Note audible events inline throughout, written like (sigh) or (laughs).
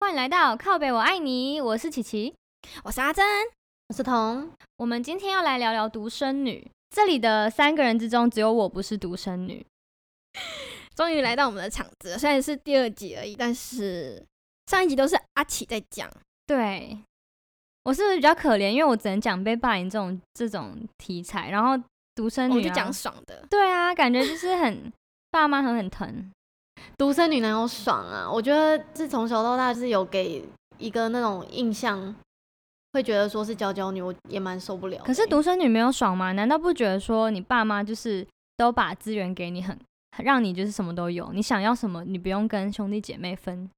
欢迎来到靠北我爱你，我是琪琪。我是阿珍，我是彤，我们今天要来聊聊独生女。这里的三个人之中，只有我不是独生女。终于来到我们的场子了，虽然是第二集而已，但是上一集都是阿奇在讲，对，我是不是比较可怜？因为我只能讲被霸凌这种这种题材，然后独生我们女、哦就啊、讲爽的。对啊，感觉就是很爸妈很很疼。独生女哪有爽啊？我觉得自从小到大就是有给一个那种印象，会觉得说是娇娇女，我也蛮受不了的欸。可是独生女没有爽吗？难道不觉得说你爸妈就是都把资源给你很，很让你就是什么都有，你想要什么你不用跟兄弟姐妹分？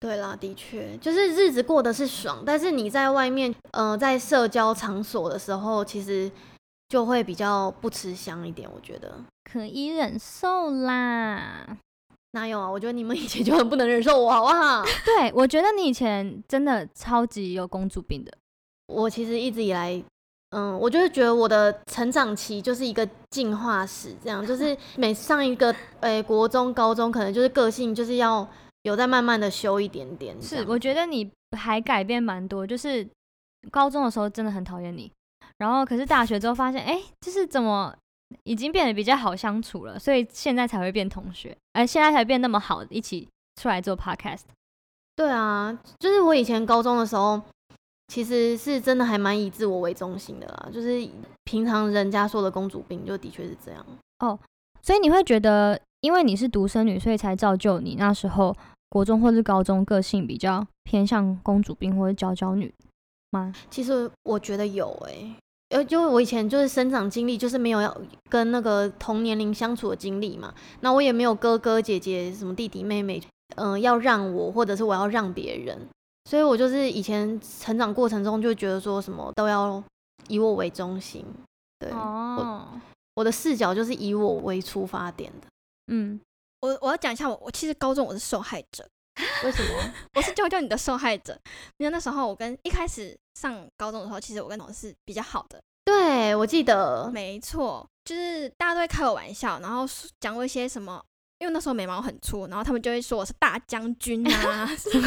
对啦，的确就是日子过得是爽，但是你在外面，呃，在社交场所的时候，其实就会比较不吃香一点。我觉得可以忍受啦。哪有啊？我觉得你们以前就很不能忍受我，好不好？ (laughs) 对，我觉得你以前真的超级有公主病的。我其实一直以来，嗯，我就是觉得我的成长期就是一个进化史，这 (laughs) 样就是每上一个呃、国中、高中，可能就是个性就是要有在慢慢的修一点点这是样。，我觉得你还改变蛮多，就是高中的时候真的很讨厌你，然后可是大学之后发现，哎、就是怎么已经变得比较好相处了，所以现在才会变同学，哎、现在才变那么好，一起出来做 podcast。对啊，就是我以前高中的时候，其实是真的还蛮以自我为中心的啦，就是平常人家说的公主病，就的确是这样。所以你会觉得，因为你是独生女，所以才造就你那时候国中或是高中个性比较偏向公主病或者娇娇女吗？其实我觉得有诶、呃，就我以前就是生长经历，就是没有要跟那个同年龄相处的经历嘛，那我也没有哥哥姐姐什么弟弟妹妹，嗯、要让我或者是我要让别人，所以我就是以前成长过程中就觉得说什么都要以我为中心，对，哦，我的视角就是以我为出发点的。嗯，我我要讲一下，我我其实高中我是受害者， (laughs) 为什么？我是娇娇你的受害者。因为那时候我跟一开始上高中的时候，其实我跟同事比较好的， (laughs) 对我记得，没错，就是大家都会开我玩笑，然后说讲过一些什么。因为那时候眉毛很粗，然后他们就会说我是大将军啊，什我么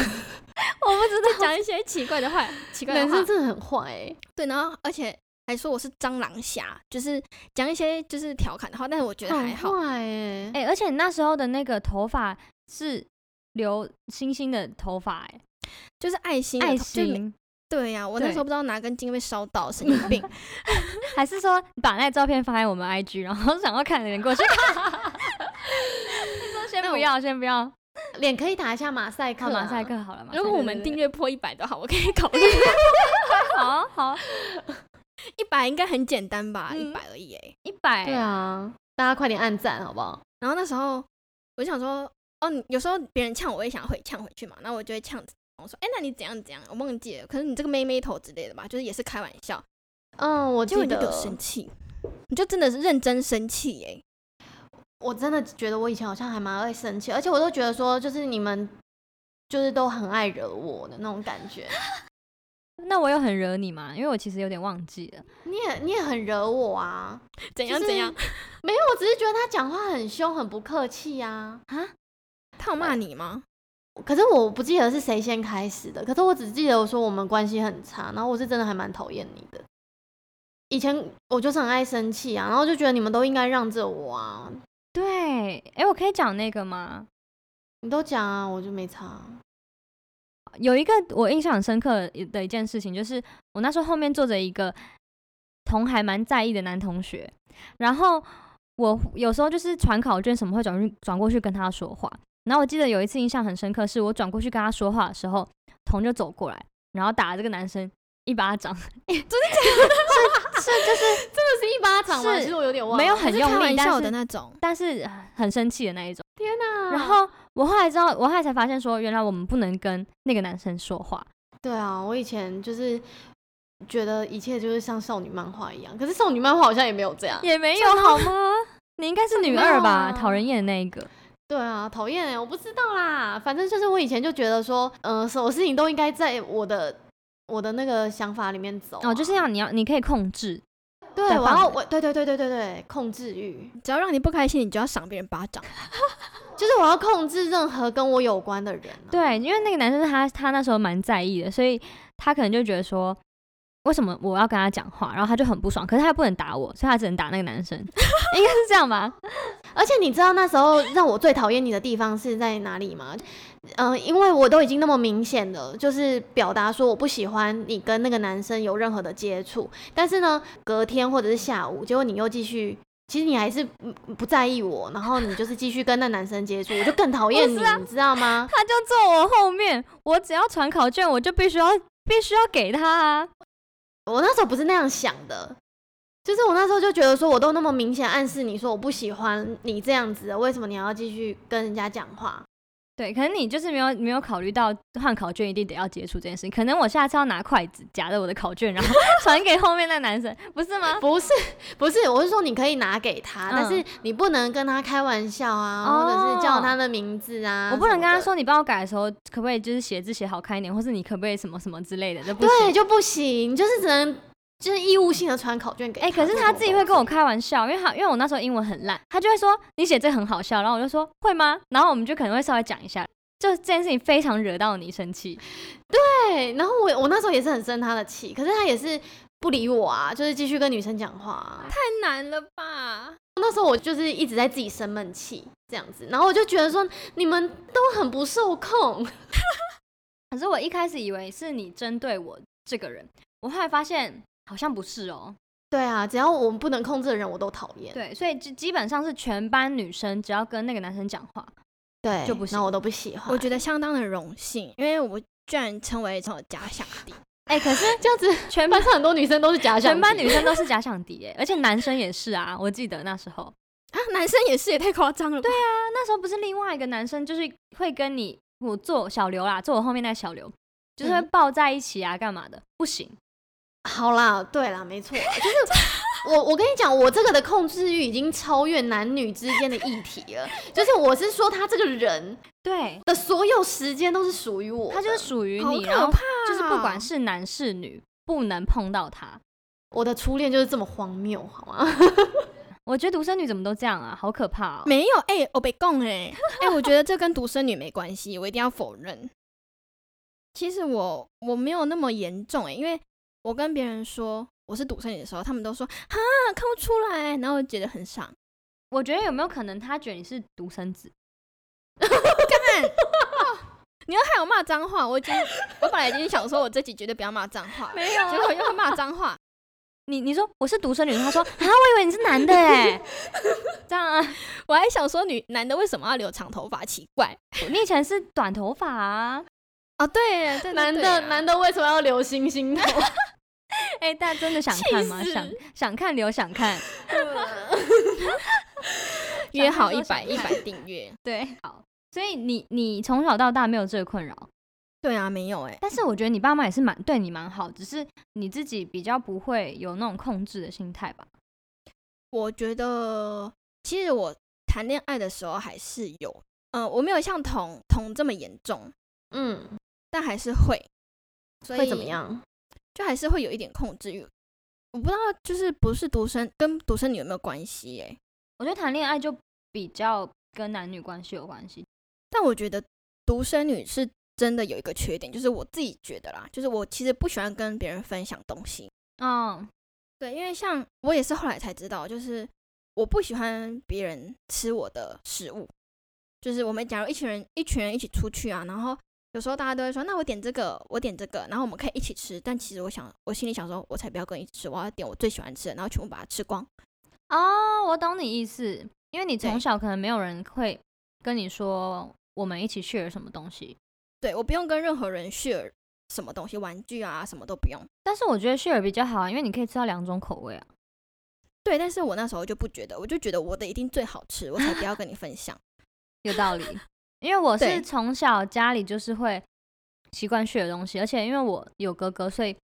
不 (laughs) 知就讲一些奇怪的话，奇怪的男话生。真的很坏欸对，然后而且还说我是蟑螂侠，就是讲一些就是调侃的话，但是我觉得还好很，坏哎、 (laughs) 哎、而且你那时候的那个头发是留星星的头发、欸，就是爱心的爱头哎就是心，对呀、我那对时候不知道哪根筋被烧到，神经 (laughs) 病。还是说你把那照片放在我们 IG，然后想要看的人过去 (laughs) 看？说先不要，先不要，脸可以打一下马赛克、啊看马赛，克好了嘛。如果我们订阅破一百的话，我可以考虑好好 (laughs) 一百，应该很简单吧，一嗯百而已哎。 (laughs) 一百，对啊，大家快点按赞好不好？然后那时候我就想说，哦，你有时候别人呛我，我也想回呛回去嘛，然后我就会呛我说，哎、那你怎样怎样？我忘记了，可是你这个妹妹头之类的吧，就是也是开玩笑，嗯，我结记果你就给我生得，气，你就真的是认真生气哎。我真的觉得我以前好像还蛮会生气，而且我都觉得说，就是你们就是都很爱惹我的那种感觉。那我有很惹你吗？因为我其实有点忘记了。你也你也很惹我啊，怎样就是怎样？没有，我只是觉得他讲话很凶，很不客气啊。他有骂你吗？可是我不记得是谁先开始的，可是我只记得我说我们关系很差，然后我是真的还蛮讨厌你的。以前我就是很爱生气啊，然后就觉得你们都应该让着我啊，对，哎、我可以讲那个吗？你都讲啊，我就没差。有一个我印象很深刻呃的一件事情，就是我那时候后面坐着一个同还蛮在意的男同学，然后我有时候就是传考卷什么会转去转过去跟他说话，然后我记得有一次印象很深刻，是我转过去跟他说话的时候，彤就走过来，然后打了这个男生一巴掌， (laughs) 是就是 (laughs) 真的是一巴掌吗？是其实我有点忘了，没有很是开用玩力，但笑的是那种。但是很生气的那一种。天哪、然后我后来知道，我后来才发现说，原来我们不能跟那个男生说话。对啊，我以前就是觉得一切就是像少女漫画一样，可是少女漫画好像也没有这样。也没有好吗？你应该是女二吧，没有啊讨人厌的那一个。对啊，讨厌欸，我不知道啦。反正就是我以前就觉得说，呃，什么事情都应该在我的我的那个想法里面走啊、哦哦，就是要你要你可以控制，对，在然后放我对对对对对对，控制欲，只要让你不开心，你就要赏别人巴掌。就是我要控制任何跟我有关的人、啊。对，因为那个男生是他，他那时候蛮在意的，所以他可能就觉得说，为什么我要跟他讲话？然后他就很不爽，可是他不能打我，所以他只能打那个男生， (laughs) 应该是这样吧？ (laughs) 而且你知道那时候让我最讨厌你的地方是在哪里吗？嗯、因为我都已经那么明显了，就是表达说我不喜欢你跟那个男生有任何的接触，但是呢，隔天或者是下午，结果你又继续。其实你还是嗯不在意我，然后你就是继续跟那男生接触，我就更讨厌不你，是啊你知道吗？他就坐我后面，我只要传考卷，我就必须要必须要给他啊。我那时候不是那样想的，就是我那时候就觉得说，我都那么明显暗示你说我不喜欢你这样子了，为什么你还要继续跟人家讲话？对，可能你就是没有没有考虑到换考卷一定得要接触这件事情。可能我下次要拿筷子夹着我的考卷，然后 (laughs) 传给后面那男生，不是吗？不是， (laughs) 不是，我是说你可以拿给他，但是嗯哦你不能跟他开玩笑啊，或者是叫他的名字啊，我不能跟他什么说你帮我改的时候，可不可以就是写字写好看一点，或是你可不可以什么什么之类的，这不的，对，行。就不行，就是只能就是义务性的传考卷给他。哎、可是他自己会跟我开玩笑，因为他因为我那时候英文很烂，他就会说你写这很好笑，然后我就说会吗？然后我们就可能会稍微讲一下，就这件事情非常惹到你生气。对，哎然后我我那时候也是很生他的气，可是他也是不理我啊，就是继续跟女生讲话、啊。太难了吧？那时候我就是一直在自己生闷气这样子，然后我就觉得说你们都很不受控，可是我一开始以为是你针对我这个人，我后来发现好像不是哦、对啊，只要我们不能控制的人，我都讨厌。对，所以基基本上是全班女生只要跟那个男生讲话，对，就不行那我都不喜欢。我觉得相当的荣幸，因为我居然成为这种假想啊敌。哎、可是 (laughs) 这样子，全班班上很多女生都是假想全敌，班女生都是假想敌 (laughs) 哎，而且男生也是啊，我记得那时候，啊，男生也是，也太夸张了吧。对啊，那时候不是另外一个男生就是会跟你我坐小刘啦，坐我后面那小刘，就是会嗯抱在一起啊，干嘛的？不行，好啦，对啦，没 (laughs) 错啦，就是我我跟你讲，我这个的控制欲已经超越男女之间的议题 (laughs) 了。就是我是说，他这个人对，的所有时间都是属于我的，他就是属于好你，然可后怕、就是不管是男是女，不能碰到他。我的初恋就是这么荒谬，好 (laughs) 吗？我觉得独生女怎么都这样啊，好可怕哦！没有，哎、我被供哎，哎、我觉得这跟独生女没关系，我一定要否认。其实我我没有那么严重哎、因为我跟别人说我是独生女的时候，他们都说哈看不出来，然后我觉得很傻。我觉得有没有可能他觉得你是独生子？你要害我骂脏话，我已经我本来已经想说我这集绝对不要骂脏话，没有结果又会骂脏话，你你说我是独生女，他说啊，我以为你是男的哎，这样啊？我还想说女男的为什么要留长头发，奇怪你以前是短头发啊？哦，对耶，对啊男的男的为什么要留星星头？哎、大家真的想看吗？气死想想看留想看，约好想一看百多一想 (laughs) 百订阅， (laughs) 对，好。所以你你从小到大没有这个困扰，对啊，没有哎、但是我觉得你爸妈也是蛮对你蛮好，只是你自己比较不会有那种控制的心态吧。我觉得其实我谈恋爱的时候还是有，嗯、我没有像彤彤这么严重， (laughs) 嗯，但还是会，所以会怎么？样？就还是会有一点控制欲。我不知道，就是不是独生跟独生女有没有关系哎、我觉得谈恋爱就比较跟男女关系有关系，但我觉得独生女是真的有一个缺点，就是我自己觉得啦，就是我其实不喜欢跟别人分享东西。嗯，对，因为像我也是后来才知道，就是我不喜欢别人吃我的食物。就是我们假如一群人一群人一起出去啊，然后有时候大家都会说，那我点这个，我点这个，然后我们可以一起吃。但其实我想，我心里想说，我才不要跟你一起吃，我要点我最喜欢吃的，然后全部把它吃光。哦，我懂你意思，因为你从对小可能没有人会跟你说我们一起 share 什么东西，对我不用跟任何人 share 什么东西，玩具啊什么都不用。但是我觉得 share 比较好啊，因为你可以吃到两种口味啊。对，但是我那时候就不觉得，我就觉得我的一定最好吃，我才不要跟你分享。有道理， (laughs) 因为我是对从小家里就是会习惯 share 东西，而且因为我有哥哥，所以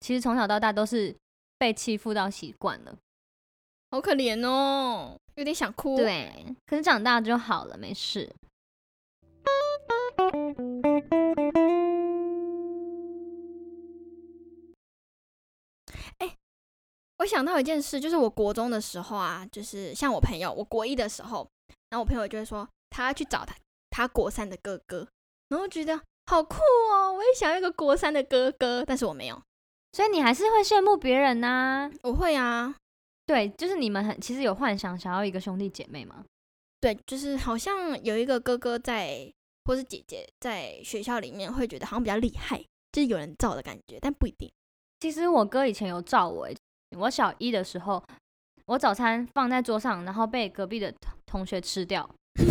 其实从小到大都是被欺负到习惯了。 (laughs) 好可怜哦，有点想哭。，对，可是长大就好了，没事。我想到一件事，就是我国中的时候啊，就是像我朋友，我国一的时候，然后我朋友就会说他要去找他他国三的哥哥，然后觉得好酷哦，我也想要一个国三的哥哥，但是我没有，所以你还是会羡慕别人呐、我会啊，对，就是你们很其实有幻想想要一个兄弟姐妹嘛。对，就是好像有一个哥哥在，或是姐姐在学校里面会觉得好像比较厉害，就是有人罩的感觉，但不一定。其实我哥以前有照我欸，我小一的时候，我早餐放在桌上，然后被隔壁的同同学吃掉。 (laughs)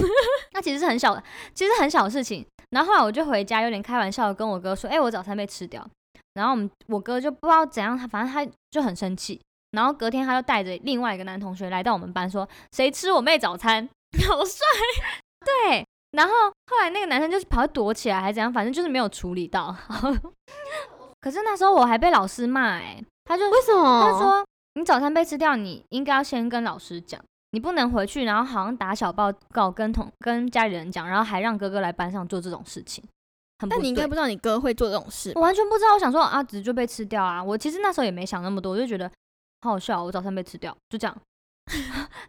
那其实是很小，其实很小的事情。然后后来我就回家，有点开玩笑地跟我哥说：“哎、我早餐被吃掉。”然后我们我哥就不知道怎样，他反正他就很生气。然后隔天他就带着另外一个男同学来到我们班，说：“谁吃我妹早餐？” (laughs) 好帅，对。然后后来那个男生就是跑去躲起来，还是怎样，反正就是没有处理到。 (laughs) 可是那时候我还被老师骂、哎，他就为什么？哦他说：“你早餐被吃掉，你应该要先跟老师讲，你不能回去，然后好像打小报告跟同跟家里人讲，然后还让哥哥来班上做这种事情，很嗯不但你应该对不知道你哥会做这种事吧，我完全不知道，我想说啊，只就被吃掉啊。我其实那时候也没想那么多，我就觉得好好笑，哦我早餐被吃掉，就这样。 (laughs)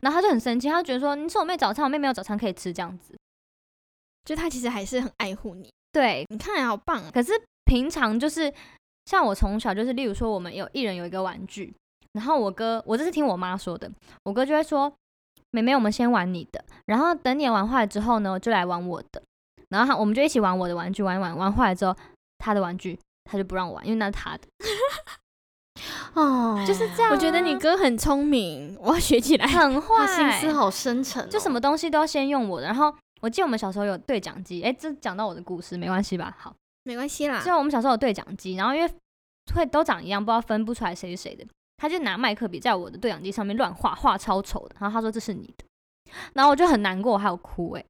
然后他就很生气，他就觉得说你是我妹早餐，我妹没有早餐可以吃这样子。就他其实还是很爱护你。对，你看，好棒、啊！可是平常就是像我从小就是，例如说我们有一人有一个玩具，然后我哥，我这是听我妈说的，我哥就会说：“妹妹，我们先玩你的，然后等你玩坏之后呢，就来玩我的。”然后他我们就一起玩我的玩具，玩一玩玩坏了之后，他的玩具他就不让我玩，因为那是他的，哦，就是这样啊、我觉得你哥很聪明，我要学起来。很他坏，心思哎好深沉、哦，就什么东西都要先用我的。然后我记得我们小时候有对讲机，哎，这讲到我的故事没关系吧？好。 (laughs) 没关系啦虽，然我们小时候有对讲机，然后因为会都长一样，不知道分不出来谁是谁的，他就拿麦克笔在我的对讲机上面乱画，画超丑的。然后他说这是你的，然后我就很难过，我还有哭哎、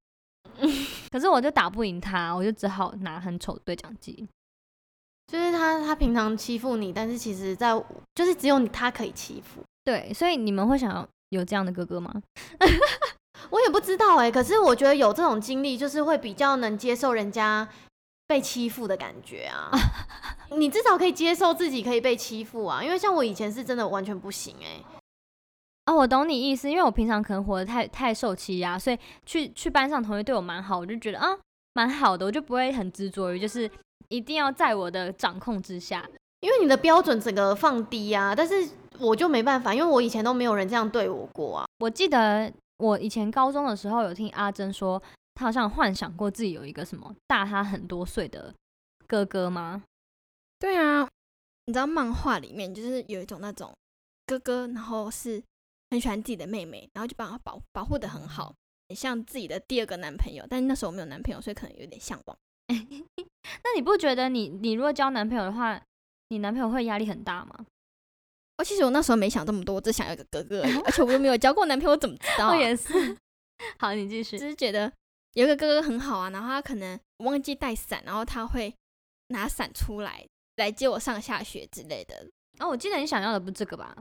可是我就打不赢他，我就只好拿很丑的对讲机。 (laughs) 就是他他平常欺负你，但是其实在就是只有他可以欺负。对，所以你们会想要有这样的哥哥吗？我也不知道哎、可是我觉得有这种经历，就是会比较能接受人家被欺负的感觉 (laughs) 啊。你至少可以接受自己可以被欺负啊，因为像我以前是真的完全不行哎、哦，我懂你意思，因为我平常可能活得太太受欺压，所以去去班上同学对我蛮好，我就觉得啊蛮好的，我就不会很执着于就是一定要在我的掌控之下。因为你的标准整个放低啊。但是我就没办法，因为我以前都没有人这样对我过啊。我记得我以前高中的时候有听阿珍说，她好像幻想过自己有一个什么大她很多岁的哥哥吗？对啊，你知道漫画里面就是有一种那种哥哥，然后是很喜欢自己的妹妹，然后就把她保保护的很好，很像自己的第二个男朋友。但是那时候我没有男朋友，所以可能有点向往。那你不觉得你你如果交男朋友的话，你男朋友会压力很大吗？哦，其实我那时候没想这么多，我只想要一个哥哥而已，而且我又没有交过男朋友，我怎么知道、 (laughs) 啊？是。好，你继续只。是觉得有一个哥哥很好啊，然后他可能忘记带伞，然后他会拿伞出来来接我上下学之类的。哦，我记得你想要的不是这个吧？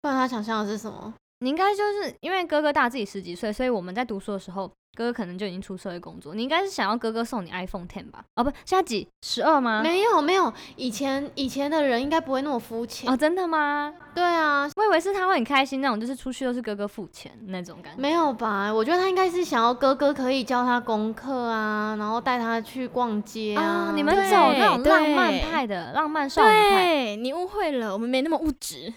不然他想象的是什么？你应该就是因为哥哥大自己十几岁，所以我们在读书的时候，哥哥可能就已经出社会工作。你应该是想要哥哥送你 iPhone Ten 吧？哦，不，现在几十二吗？没有没有，以前以前的人应该不会那么肤浅。哦，真的吗？对啊，我以为是他会很开心那种，就是出去都是哥哥付钱那种感觉。没有吧？我觉得他应该是想要哥哥可以教他功课啊，然后带他去逛街啊。啊，你们对走那种对浪漫派的浪漫少女派，对你误会了，我们没那么物质。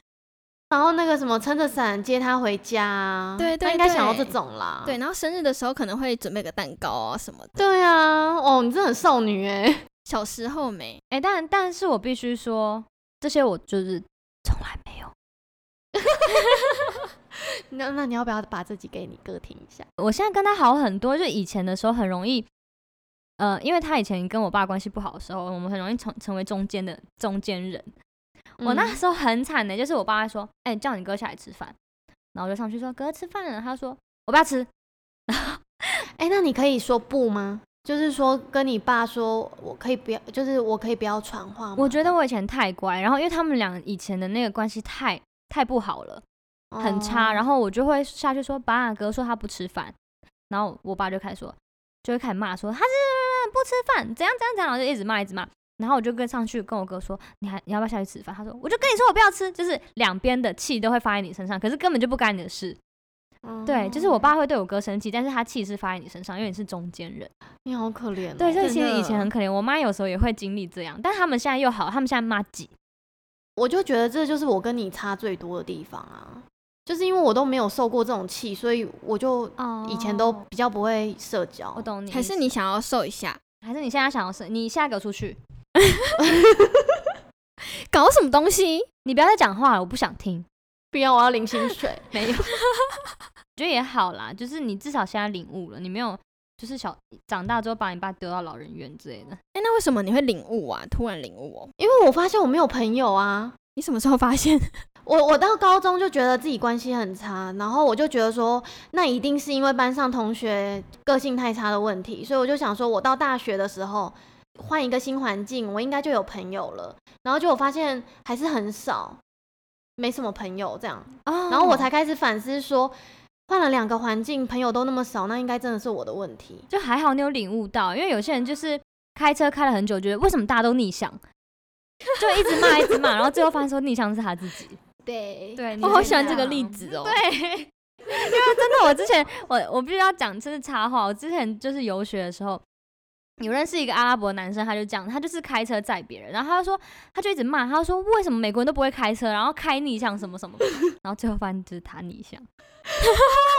然后那个什么撑着伞接他回家啊，对对他应该想要对这种啦。对，然后生日的时候可能会准备个蛋糕啊什么的。对啊，哦，你真的很少女哎、小时候没，哎、但但是我必须说，这些我就是从来没有。 (laughs) 那那你要不要把这集给你哥听一下？我现在跟他好很多，就以前的时候很容易，呃，因为他以前跟我爸关系不好的时候，我们很容易成成为中间的中间人。嗯我嗯那时候很惨的、就是我爸会说：“哎、叫你哥下来吃饭。”然后我就上去说：“哥吃饭了。”他说：“我不要吃。”哎、那你可以说不吗？就是说跟你爸说，我可以不要，就是我可以不要传话吗？哦我觉得我以前太乖，然后因为他们俩以前的那个关系太太不好了，哦很差，然后后我就会下去说爸哥说他不吃饭，然后我爸就开始说，就会开始骂说他是不吃饭，怎样怎样怎样，然后就一直骂一直骂，然后我就跟上去跟我哥说，你还你要不要下去吃饭？他说我就跟你说我不要吃，就是两边的气都会发在你身上，可是根本就不干你的事。哦对，就是我爸会对我哥生气，但是他气是发在你身上，因为你是中间人。你好可怜、哦。对，所以真其实以前的很可怜，我妈有时候也会经历这样，但他们现在又好，他们现在骂几，我就觉得这就是我跟你差最多的地方啊，就是因为我都没有受过这种气，所以我就以前都哦比较不会社交。我懂你，还是你，想要瘦一下？还是你现在想要生，你现在给我出去，搞什么东西？你不要再讲话了，我不想听。不要，我要领薪水。没有， (laughs) 我觉得也好啦，就是你至少现在领悟了，你没有就是小长大之后把你爸丢到老人院之类的。哎、那为什么你会领悟啊？突然领悟哦？因为我发现我没有朋友啊，你什么时候发现？ (laughs) 我我到高中就觉得自己关系很差，然后我就觉得说，那一定是因为班上同学个性太差的问题，所以我就想说，我到大学的时候换一个新环境，我应该就有朋友了。然后就我发现还是很少，没什么朋友这样，哦然后我才开始反思说，换了两个环境，朋友都那么少，那应该真的是我的问题。就还好你有领悟到，因为有些人就是开车开了很久，觉得为什么大家都逆向， (laughs) 就一直骂一直骂，然后最后发现说逆向是他自己。对对你我是好喜欢这样个例子哦。对，因为真的，我之前我我必须要讲，这是插话。我之前就是游学的时候，有认识一个阿拉伯男生，他就这样，他就是开车载别人，然后他就说，他就一直骂，他就说为什么美国人都不会开车，然后开逆向什么什么的，然后最后发现就是他逆 (laughs) 向，哦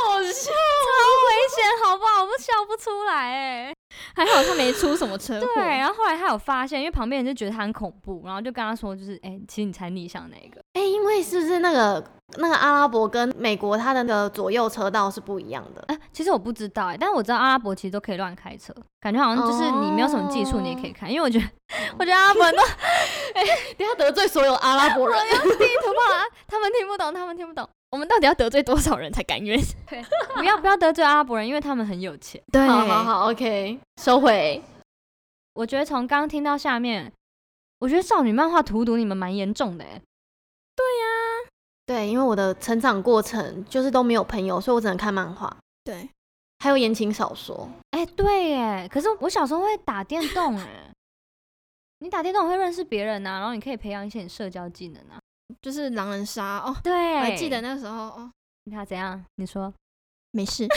好笑。好危险，好不好？我笑不出来哎、还好他没出什么车祸。对，然后后来他有发现，因为旁边人就觉得他很恐怖，然后就跟他说，就是哎、其实你才逆向那一个，哎、因为是不是那个那个阿拉伯跟美国它的那个左右车道是不一样的？哎、其实我不知道哎、但是我知道阿拉伯其实都可以乱开车，感觉好像就是你没有什么技术你也可以开，因为我觉得 (laughs) 我觉得阿拉伯人都哎等一下得罪所有阿拉伯人。地图炮啊，他们听不懂，他们听不懂，我们到底要得罪多少人才甘愿？不要不要得罪阿拉伯人，因为他们很有钱。 (laughs) (laughs) 对 (laughs) 好好好，OK，收回。我觉得从刚刚听到下面，我觉得少女漫画荼毒你们蛮严重的哎、对，因为我的成长过程就是都没有朋友，所以我只能看漫画，对，还有言情小说。哎、对耶，可是我小时候会打电动哎，你打电动会认识别人呐、啊然后你可以培养一些你社交技能啊。就是狼人杀哦。对，我我还记得那时候哦，他怎样？你说？ (laughs) 没事，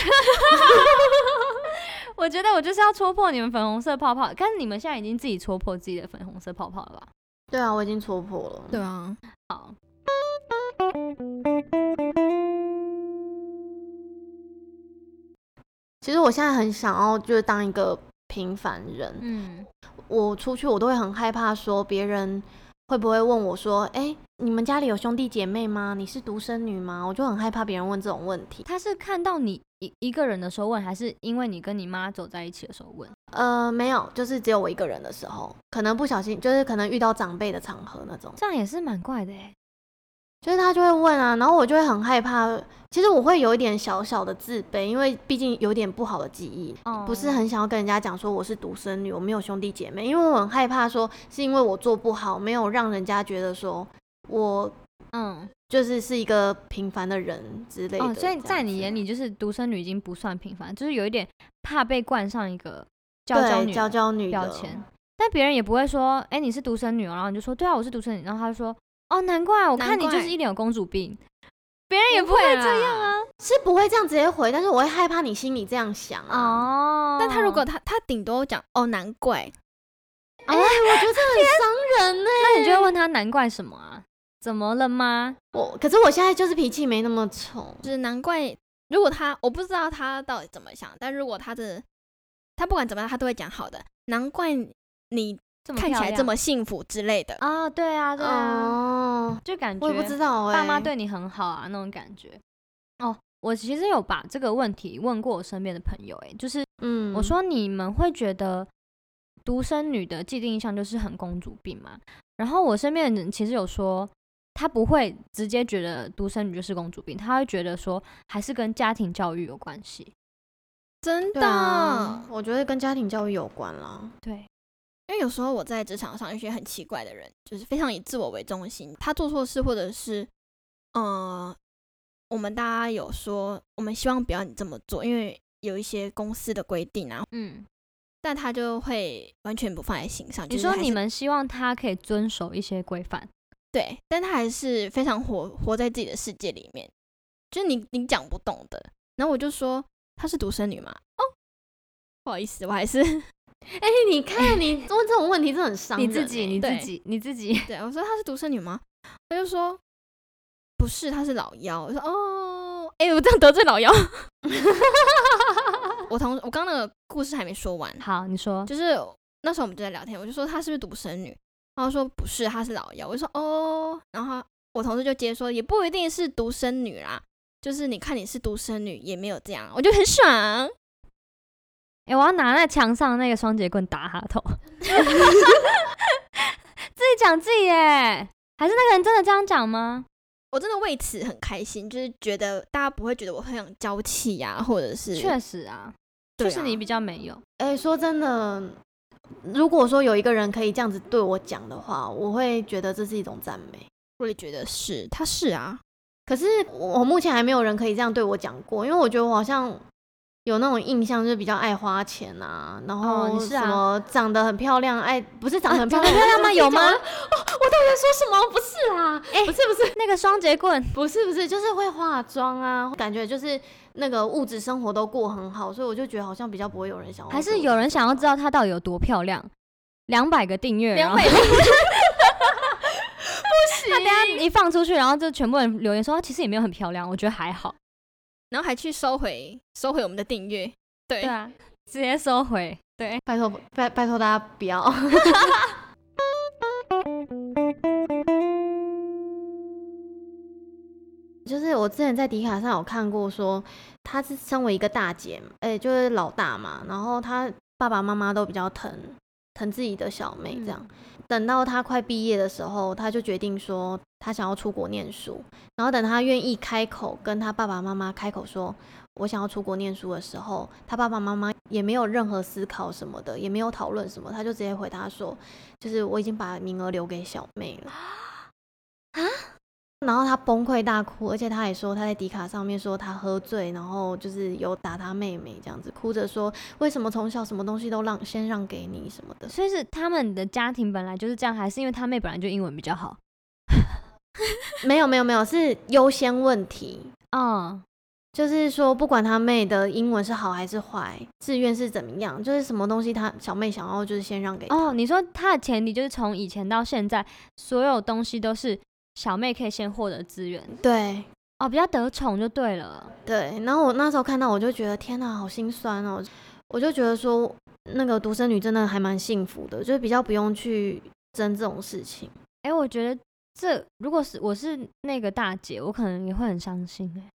(laughs) (laughs) 我觉得我就是要戳破你们粉红色泡泡，但是你们现在已经自己戳破自己的粉红色泡泡了吧？对啊，我已经戳破了。对啊，好，其实我现在很想要就是当一个平凡人，嗯，我出去我都会很害怕，说别人会不会问我说：“哎、你们家里有兄弟姐妹吗？你是独生女吗？”我就很害怕别人问这种问题。他是看到你一一个人的时候问，还是因为你跟你妈走在一起的时候问？呃，没有，就是只有我一个人的时候，可能不小心，就是可能遇到长辈的场合那种，这样也是蛮怪的哎。就是他就会问啊，然后我就会很害怕。其实我会有一点小小的自卑，因为毕竟有点不好的记忆。哦不是很想要跟人家讲说我是独生女，我没有兄弟姐妹，因为我很害怕说是因为我做不好，没有让人家觉得说我嗯，就是是一个平凡的人之类的。哦，所以在你眼里，里，就是独生女已经不算平凡，就是有一点怕被冠上一个娇娇对，女娇娇女标的签。但别人也不会说，哎、你是独生女哦，然后你就说，对啊，我是独生女，然后他就说，哦，难怪，我看你就难是怪一脸有公主病，别人也不会会啦这样啊。是不会这样直接回，但是我会害怕你心里这样想啊。哦，但他如果他他顶多讲哦，难怪，哎、我觉得这很伤人呢、那你就会问他难怪什么啊？怎么了吗？我可是我现在就是脾气没那么冲，就是难怪。如果他我不知道他到底怎么想，但如果他的他不管怎么样，他都会讲好的。难怪你这么看起来漂这亮么幸福之类的。啊、对啊，对啊，哦，就感觉我也不知道哎、爸妈对你很好啊那种感觉。哦，我其实有把这个问题问过我身边的朋友、哎，就是嗯，我说你们会觉得独生女的既定印象就是很公主病嘛？然后我身边的人其实有说，他不会直接觉得独生女就是公主病，他会觉得说还是跟家庭教育有关系。真对的，啊，我觉得跟家庭教育有关哦啦。对，因为有时候我在职场上遇见很奇怪的人，就是非常以自我为中心，他做错事或者是，呃，我们大家有说，我们希望不要你这么做，因为有一些公司的规定啊，嗯，但他就会完全不放在心上。你就是说还你是们希望他可以遵守一些规范，对，但他还是非常活活在自己的世界里面，就是你你讲不懂的。然后我就说她是独生女嘛，哦，不好意思，我还是 (laughs) 哎、你看你问这种问题真的很伤你人、欸自己，你自欸对己，你自己 (laughs) 对我说她是独生女吗？他就说不是，她是老幺。我说哦，哎，我这样得罪老幺。 (laughs) 我同我刚刚那个故事还没说完，好，你说就是那时候我们就在聊天，我就说她是不是独生女，然后说不是，她是老幺。我就说哦，然后我同事就接说也不一定是独生女啦，就是你看你是独生女也没有这样，我就很爽。哎、我要拿那墙上那个双节棍打他头， (laughs) 自己讲自己耶，还是那个人真的这样讲吗？我真的为此很开心，就是觉得大家不会觉得我很有娇气呀、或者是确实啊，对就啊是你比较没有， (laughs) (laughs) 哎、说真的，如果说有一个人可以这样子对我讲的话，我会觉得这是一种赞美。我也觉得是，她是啊，可是我我目前还没有人可以这样对我讲过，因为我觉得我好像有那种印象，就是比较爱花钱啊，然哦后你是什啊么长得很漂亮，爱不是长得很漂长得亮，哦漂亮吗 (laughs) 有吗我到底在说什么？不是啦，哎不是不是那个双节棍不是不是，就是会化妆啊，感觉就是那个物质生活都过很好，所以我就觉得好像比较不会有人想要对还我讲这种是话，有人想要哦 (laughs) 知道她到底有多漂亮。两百个订阅，然后他等一下一放出去，然后就全部人留言说，啊其实也没有很漂亮，我觉得还好。然后还去收回收回我们的订阅，对对啊，直接收回。对，拜托拜拜托大家不要。就是我之前在迪卡上有看过说她是身为一个大姐嘛，哎、就是老大嘛，然后她爸爸妈妈都比较疼疼自己的小妹这样。等到她快毕业的时候，她就决定说她想要出国念书。然后等她愿意开口跟她爸爸妈妈开口说我想要出国念书的时候，他爸爸妈妈也没有任何思考什么的，也没有讨论什么，他就直接回答说，就是我已经把名额留给小妹了。啊！然后他崩溃大哭，而且他也说他在迪卡上面说他喝醉，然后就是有打他妹妹这样子，哭着说为什么从小什么东西都让先让给你什么的。 (laughs) 所以是他们的家庭本来就是这样，还是因为他妹本来就英文比较好？没有没有没有，是优先问题，嗯，就是说，不管他妹的英文是好还是坏，志愿是怎么样，就是什么东西他小妹想要，就是先让给他。哦，你说他的前提就是从以前到现在，所有东西都是小妹可以先获得资源，对哦，比较得宠就对了。对。然后我那时候看到，我就觉得天哪，好心酸哦！我就觉得说，那个独生女真的还蛮幸福的，就是比较不用去争这种事情。哎、我觉得这如果是我是那个大姐，我可能也会很伤心哎、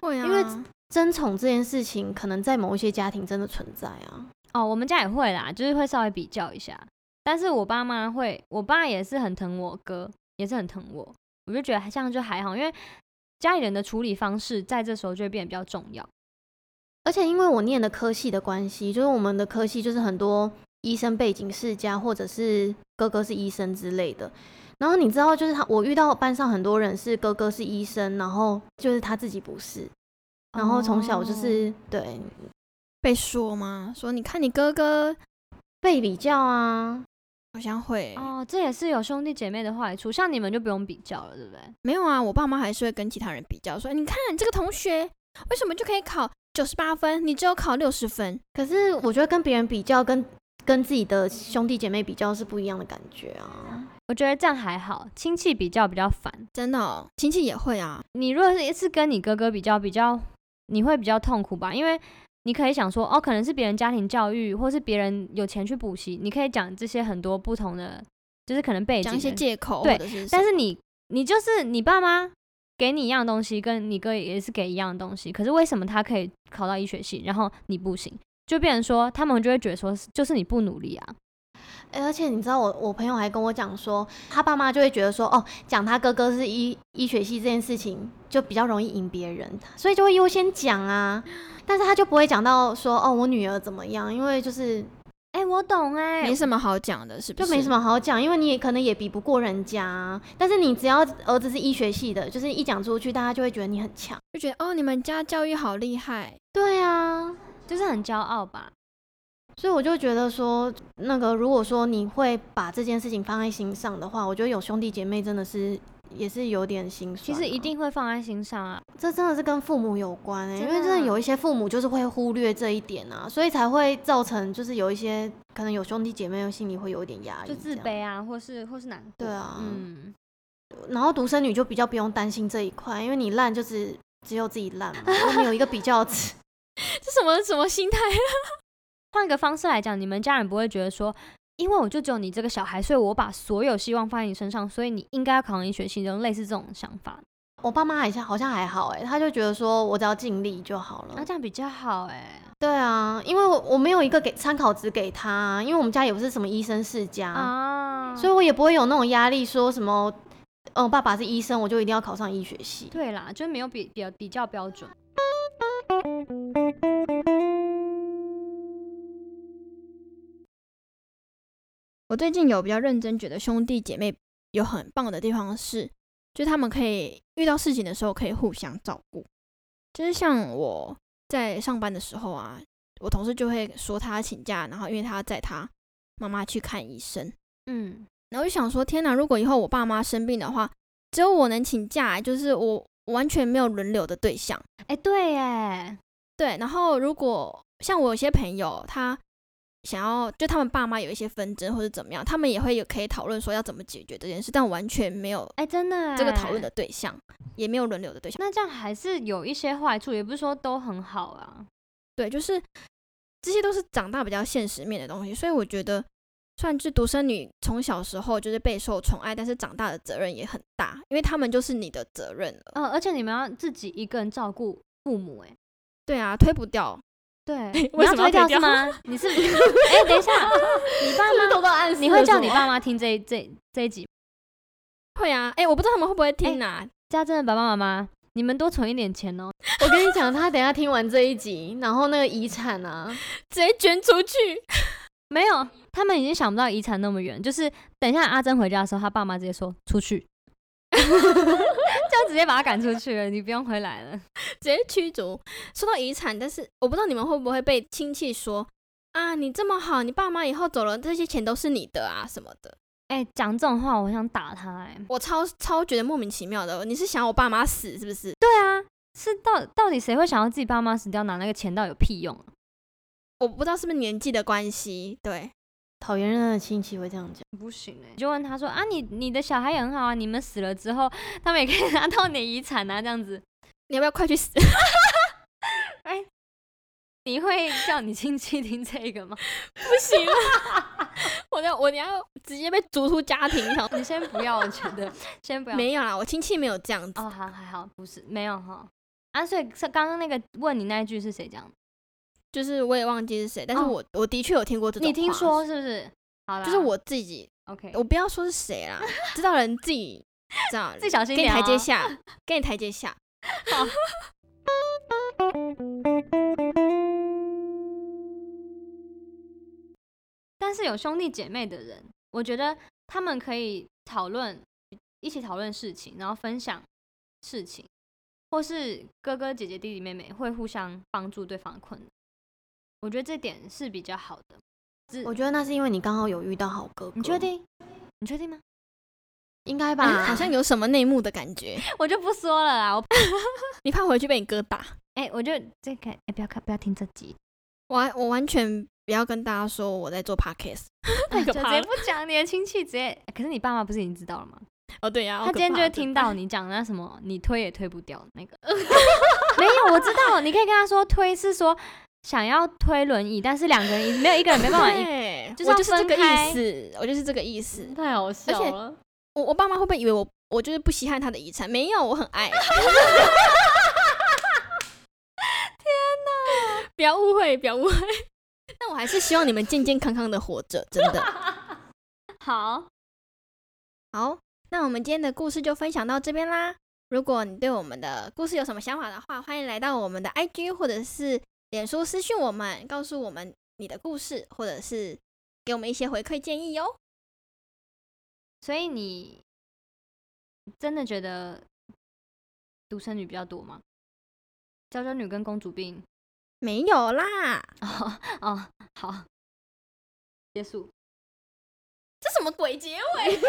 会啊，因为争宠这件事情，可能在某一些家庭真的存在啊。哦，我们家也会啦，就是会稍微比较一下。但是我爸妈会，我爸也是很疼我哥，也是很疼我，我就觉得这样就还好，因为家里人的处理方式在这时候就会变得比较重要。而且因为我念的科系的关系，就是我们的科系就是很多医生背景世家，或者是哥哥是医生之类的。然后你知道，就是他，我遇到班上很多人是哥哥是医生，然后就是他自己不是，然后从小就哦是、对被说吗？说你看你哥哥被比较啊，好像会，哦，这也是有兄弟姐妹的坏处，像你们就不用比较了，对不对？没有啊，我爸妈还是会跟其他人比较，说你看你这个同学为什么就可以考九十八分，你只有考六十分，可是我觉得跟别人比较，跟跟自己的兄弟姐妹比较是不一样的感觉啊。我觉得这样还好，亲戚比较比较烦。真的、哦，亲戚也会啊，你如果是一次跟你哥哥比较比较，你会比较痛苦吧？因为你可以想说，哦，可能是别人家庭教育，或是别人有钱去补习，你可以讲这些很多不同的，就是可能背景讲一些的借口对或者是什么，但是你你就是你爸妈给你一样东西，跟你哥也是给一样东西，可是为什么他可以考到医学系，然后你不行？就变成说，他们就会觉得说，就是你不努力啊。欸而且你知道我，我朋友还跟我讲说，他爸妈就会觉得说，哦，讲他哥哥是医医学系这件事情，就比较容易赢别人，所以就会优先讲啊。但是他就不会讲到说，哦，我女儿怎么样，因为就是哎、我懂哎、没什么好讲的，是不？就是没什么好讲，因为你也可能也比不过人家啊、但是你只要儿子是医学系的，就是一讲出去，大家就会觉得你很强。就觉得哦，你们家教育好厉害，对啊，就是很骄傲吧。所以我就觉得说，那个如果说你会把这件事情放在心上的话，我觉得有兄弟姐妹真的是也是有点心酸、啊其实一，定会放在心上啊。这真的是跟父母有关哎、真因的啊为真的有一些父母就是会忽略这一点啊，所以才会造成就是有一些可能有兄弟姐妹心里会有一点压力，就自。卑啊，或是或是难过。对啊嗯，然后独生女就比较不用担心这一块，因为你烂就只只有自己烂嘛，就没有一个比较 (laughs) 值。 (laughs) 这什么什么心态？换个方式来讲，你们家人不会觉得说，因为我就只有你这个小孩，所以我把所有希望放在你身上，所以你应该要考上医学系，就类似这种想法。我爸妈好像好像还好哎、他就觉得说我只要尽力就好了那、。这样比较好哎、对啊，因为我我没有一个给参考值给他啊、因为我们家也不是什么医生世家，啊，所以我也不会有那种压力，说什么，嗯，爸爸是医生，我就一定要考上医学系。对啦，就是没有比比较比较标准。我最近有比较认真觉得兄弟姐妹有很棒的地方是，就是他们可以遇到事情的时候可以互相照顾。就是像我在上班的时候啊，我同事就会说他请假，然后因为他载他妈妈去看医生，嗯，然后我就想说，天哪！如果以后我爸妈生病的话，只有我能请假，就是我我完全没有轮流的对象。哎、对哎，对，然后如果像我有些朋友，他想要就他们爸妈有一些纷争或者怎么样，他们也会有可以讨论说要怎么解决这件事，但完全没有哎、真的这个哎讨论的对象，也没有轮流的对象。那这样还是有一些坏处，也不是说都很好啊。对，就是这些都是长大比较现实面的东西，所以我觉得。虽然就是独生女从小时候就是备受宠爱，但是长大的责任也很大，因为他们就是你的责任了。呃，而且你们要自己一个人照顾父母、哎，对啊，推不掉，对，哎为你什么要推掉推是掉吗？你是不 (laughs) 是？哎、等一下，你 (laughs) 爸妈，到暗示你会叫你爸妈听这一这这一集？会啊，哎、我不知道他们会不会听啊。家政的爸爸妈妈，你们多存一点钱哦。我跟你讲，他等一下听完这一集，然后那个遗产啊， (laughs) 直接捐出去。没有，他们已经想不到遗产那么远，就是等一下阿珍回家的时候，他爸妈直接说出去， (laughs) 就直接把他赶出去了，你不用回来了。直接驱逐。说到遗产，但是我不知道你们会不会被亲戚说啊，你这么好，你爸妈以后走了，这些钱都是你的啊什么的。哎、讲这种话，我想打他、哎，我超超觉得莫名其妙的，你是想我爸妈死是不是？对啊，是到到底谁会想要自己爸妈死掉拿那个钱，到底有屁用啊、我不知道是不是年纪的关系，对，讨厌人的亲戚会这样讲。不行哎、就问他说啊，你你的小孩也很好啊，你们死了之后，他们也可以拿到你的遗产啊，这样子。你要不要快去死？ (laughs) 哎你会叫你亲戚听这个吗？不行啊，我要我要直接被逐出家庭。 (laughs) 想你先不要，我觉得 (laughs) 先不要。没有啦，我亲戚没有这样子。啊哦，好还好，不是没有哈。啊，所以是刚刚那个问你那一句是谁讲的？就是我也忘记是谁，但是哦我、我的确有听过这种话。你听说是不是？好啦，就是我自己 OK，我不要说是谁啦，知道人自己知道 (laughs) 人，自己小心给你点台阶哦下，给你台阶下。好但是有兄弟姐妹的人，我觉得他们可以讨论，一起讨论事情，然后分享事情，或是哥哥姐姐、弟弟妹妹会互相帮助对方的困难。我觉得这点是比较好的。嗯是我觉得那是因为你刚好有遇到好哥哥，你确？定？你确定吗？应该吧？好像有什么内幕的感 (laughs) 觉， (laughs) 我就不说了啦。我你怕回去被你哥打？哎、我就这个哎、不要看，不要听这集，我还我完全不要跟大家说我在做 podcast，太 (laughs) 可啊就直怕接了不。讲你的亲戚，直接、哎可是你爸妈不是已经知道了吗？哦，对呀、啊，他今天就会听到 (laughs) 你。你讲那什么，你推也推不掉那 (laughs) 个。没有，我知道，你可以跟他说推是说想要推轮椅，但是两个人一没有一个人没办法一。对，就是我要就是这分个意开思，我就是这个意思。太好笑了。我我爸妈会不会以为我我就是不稀罕他的遗产？没有，我很爱。 (laughs) 不要误会，不要误 (laughs) 会。但我还是希望你们健健康康的活着，真的。 (laughs) 好，好，那我们今天的故事就分享到这边啦。如果你对我们的故事有什么想法的话，欢迎来到我们的 IG 或者是脸书私讯我们，告诉我们你的故事，或者是给我们一些回馈建议哟。所以你真的觉得独生女比较多吗？娇娇女跟公主病？没有啦，哦哦，好，结束。这什么鬼结尾？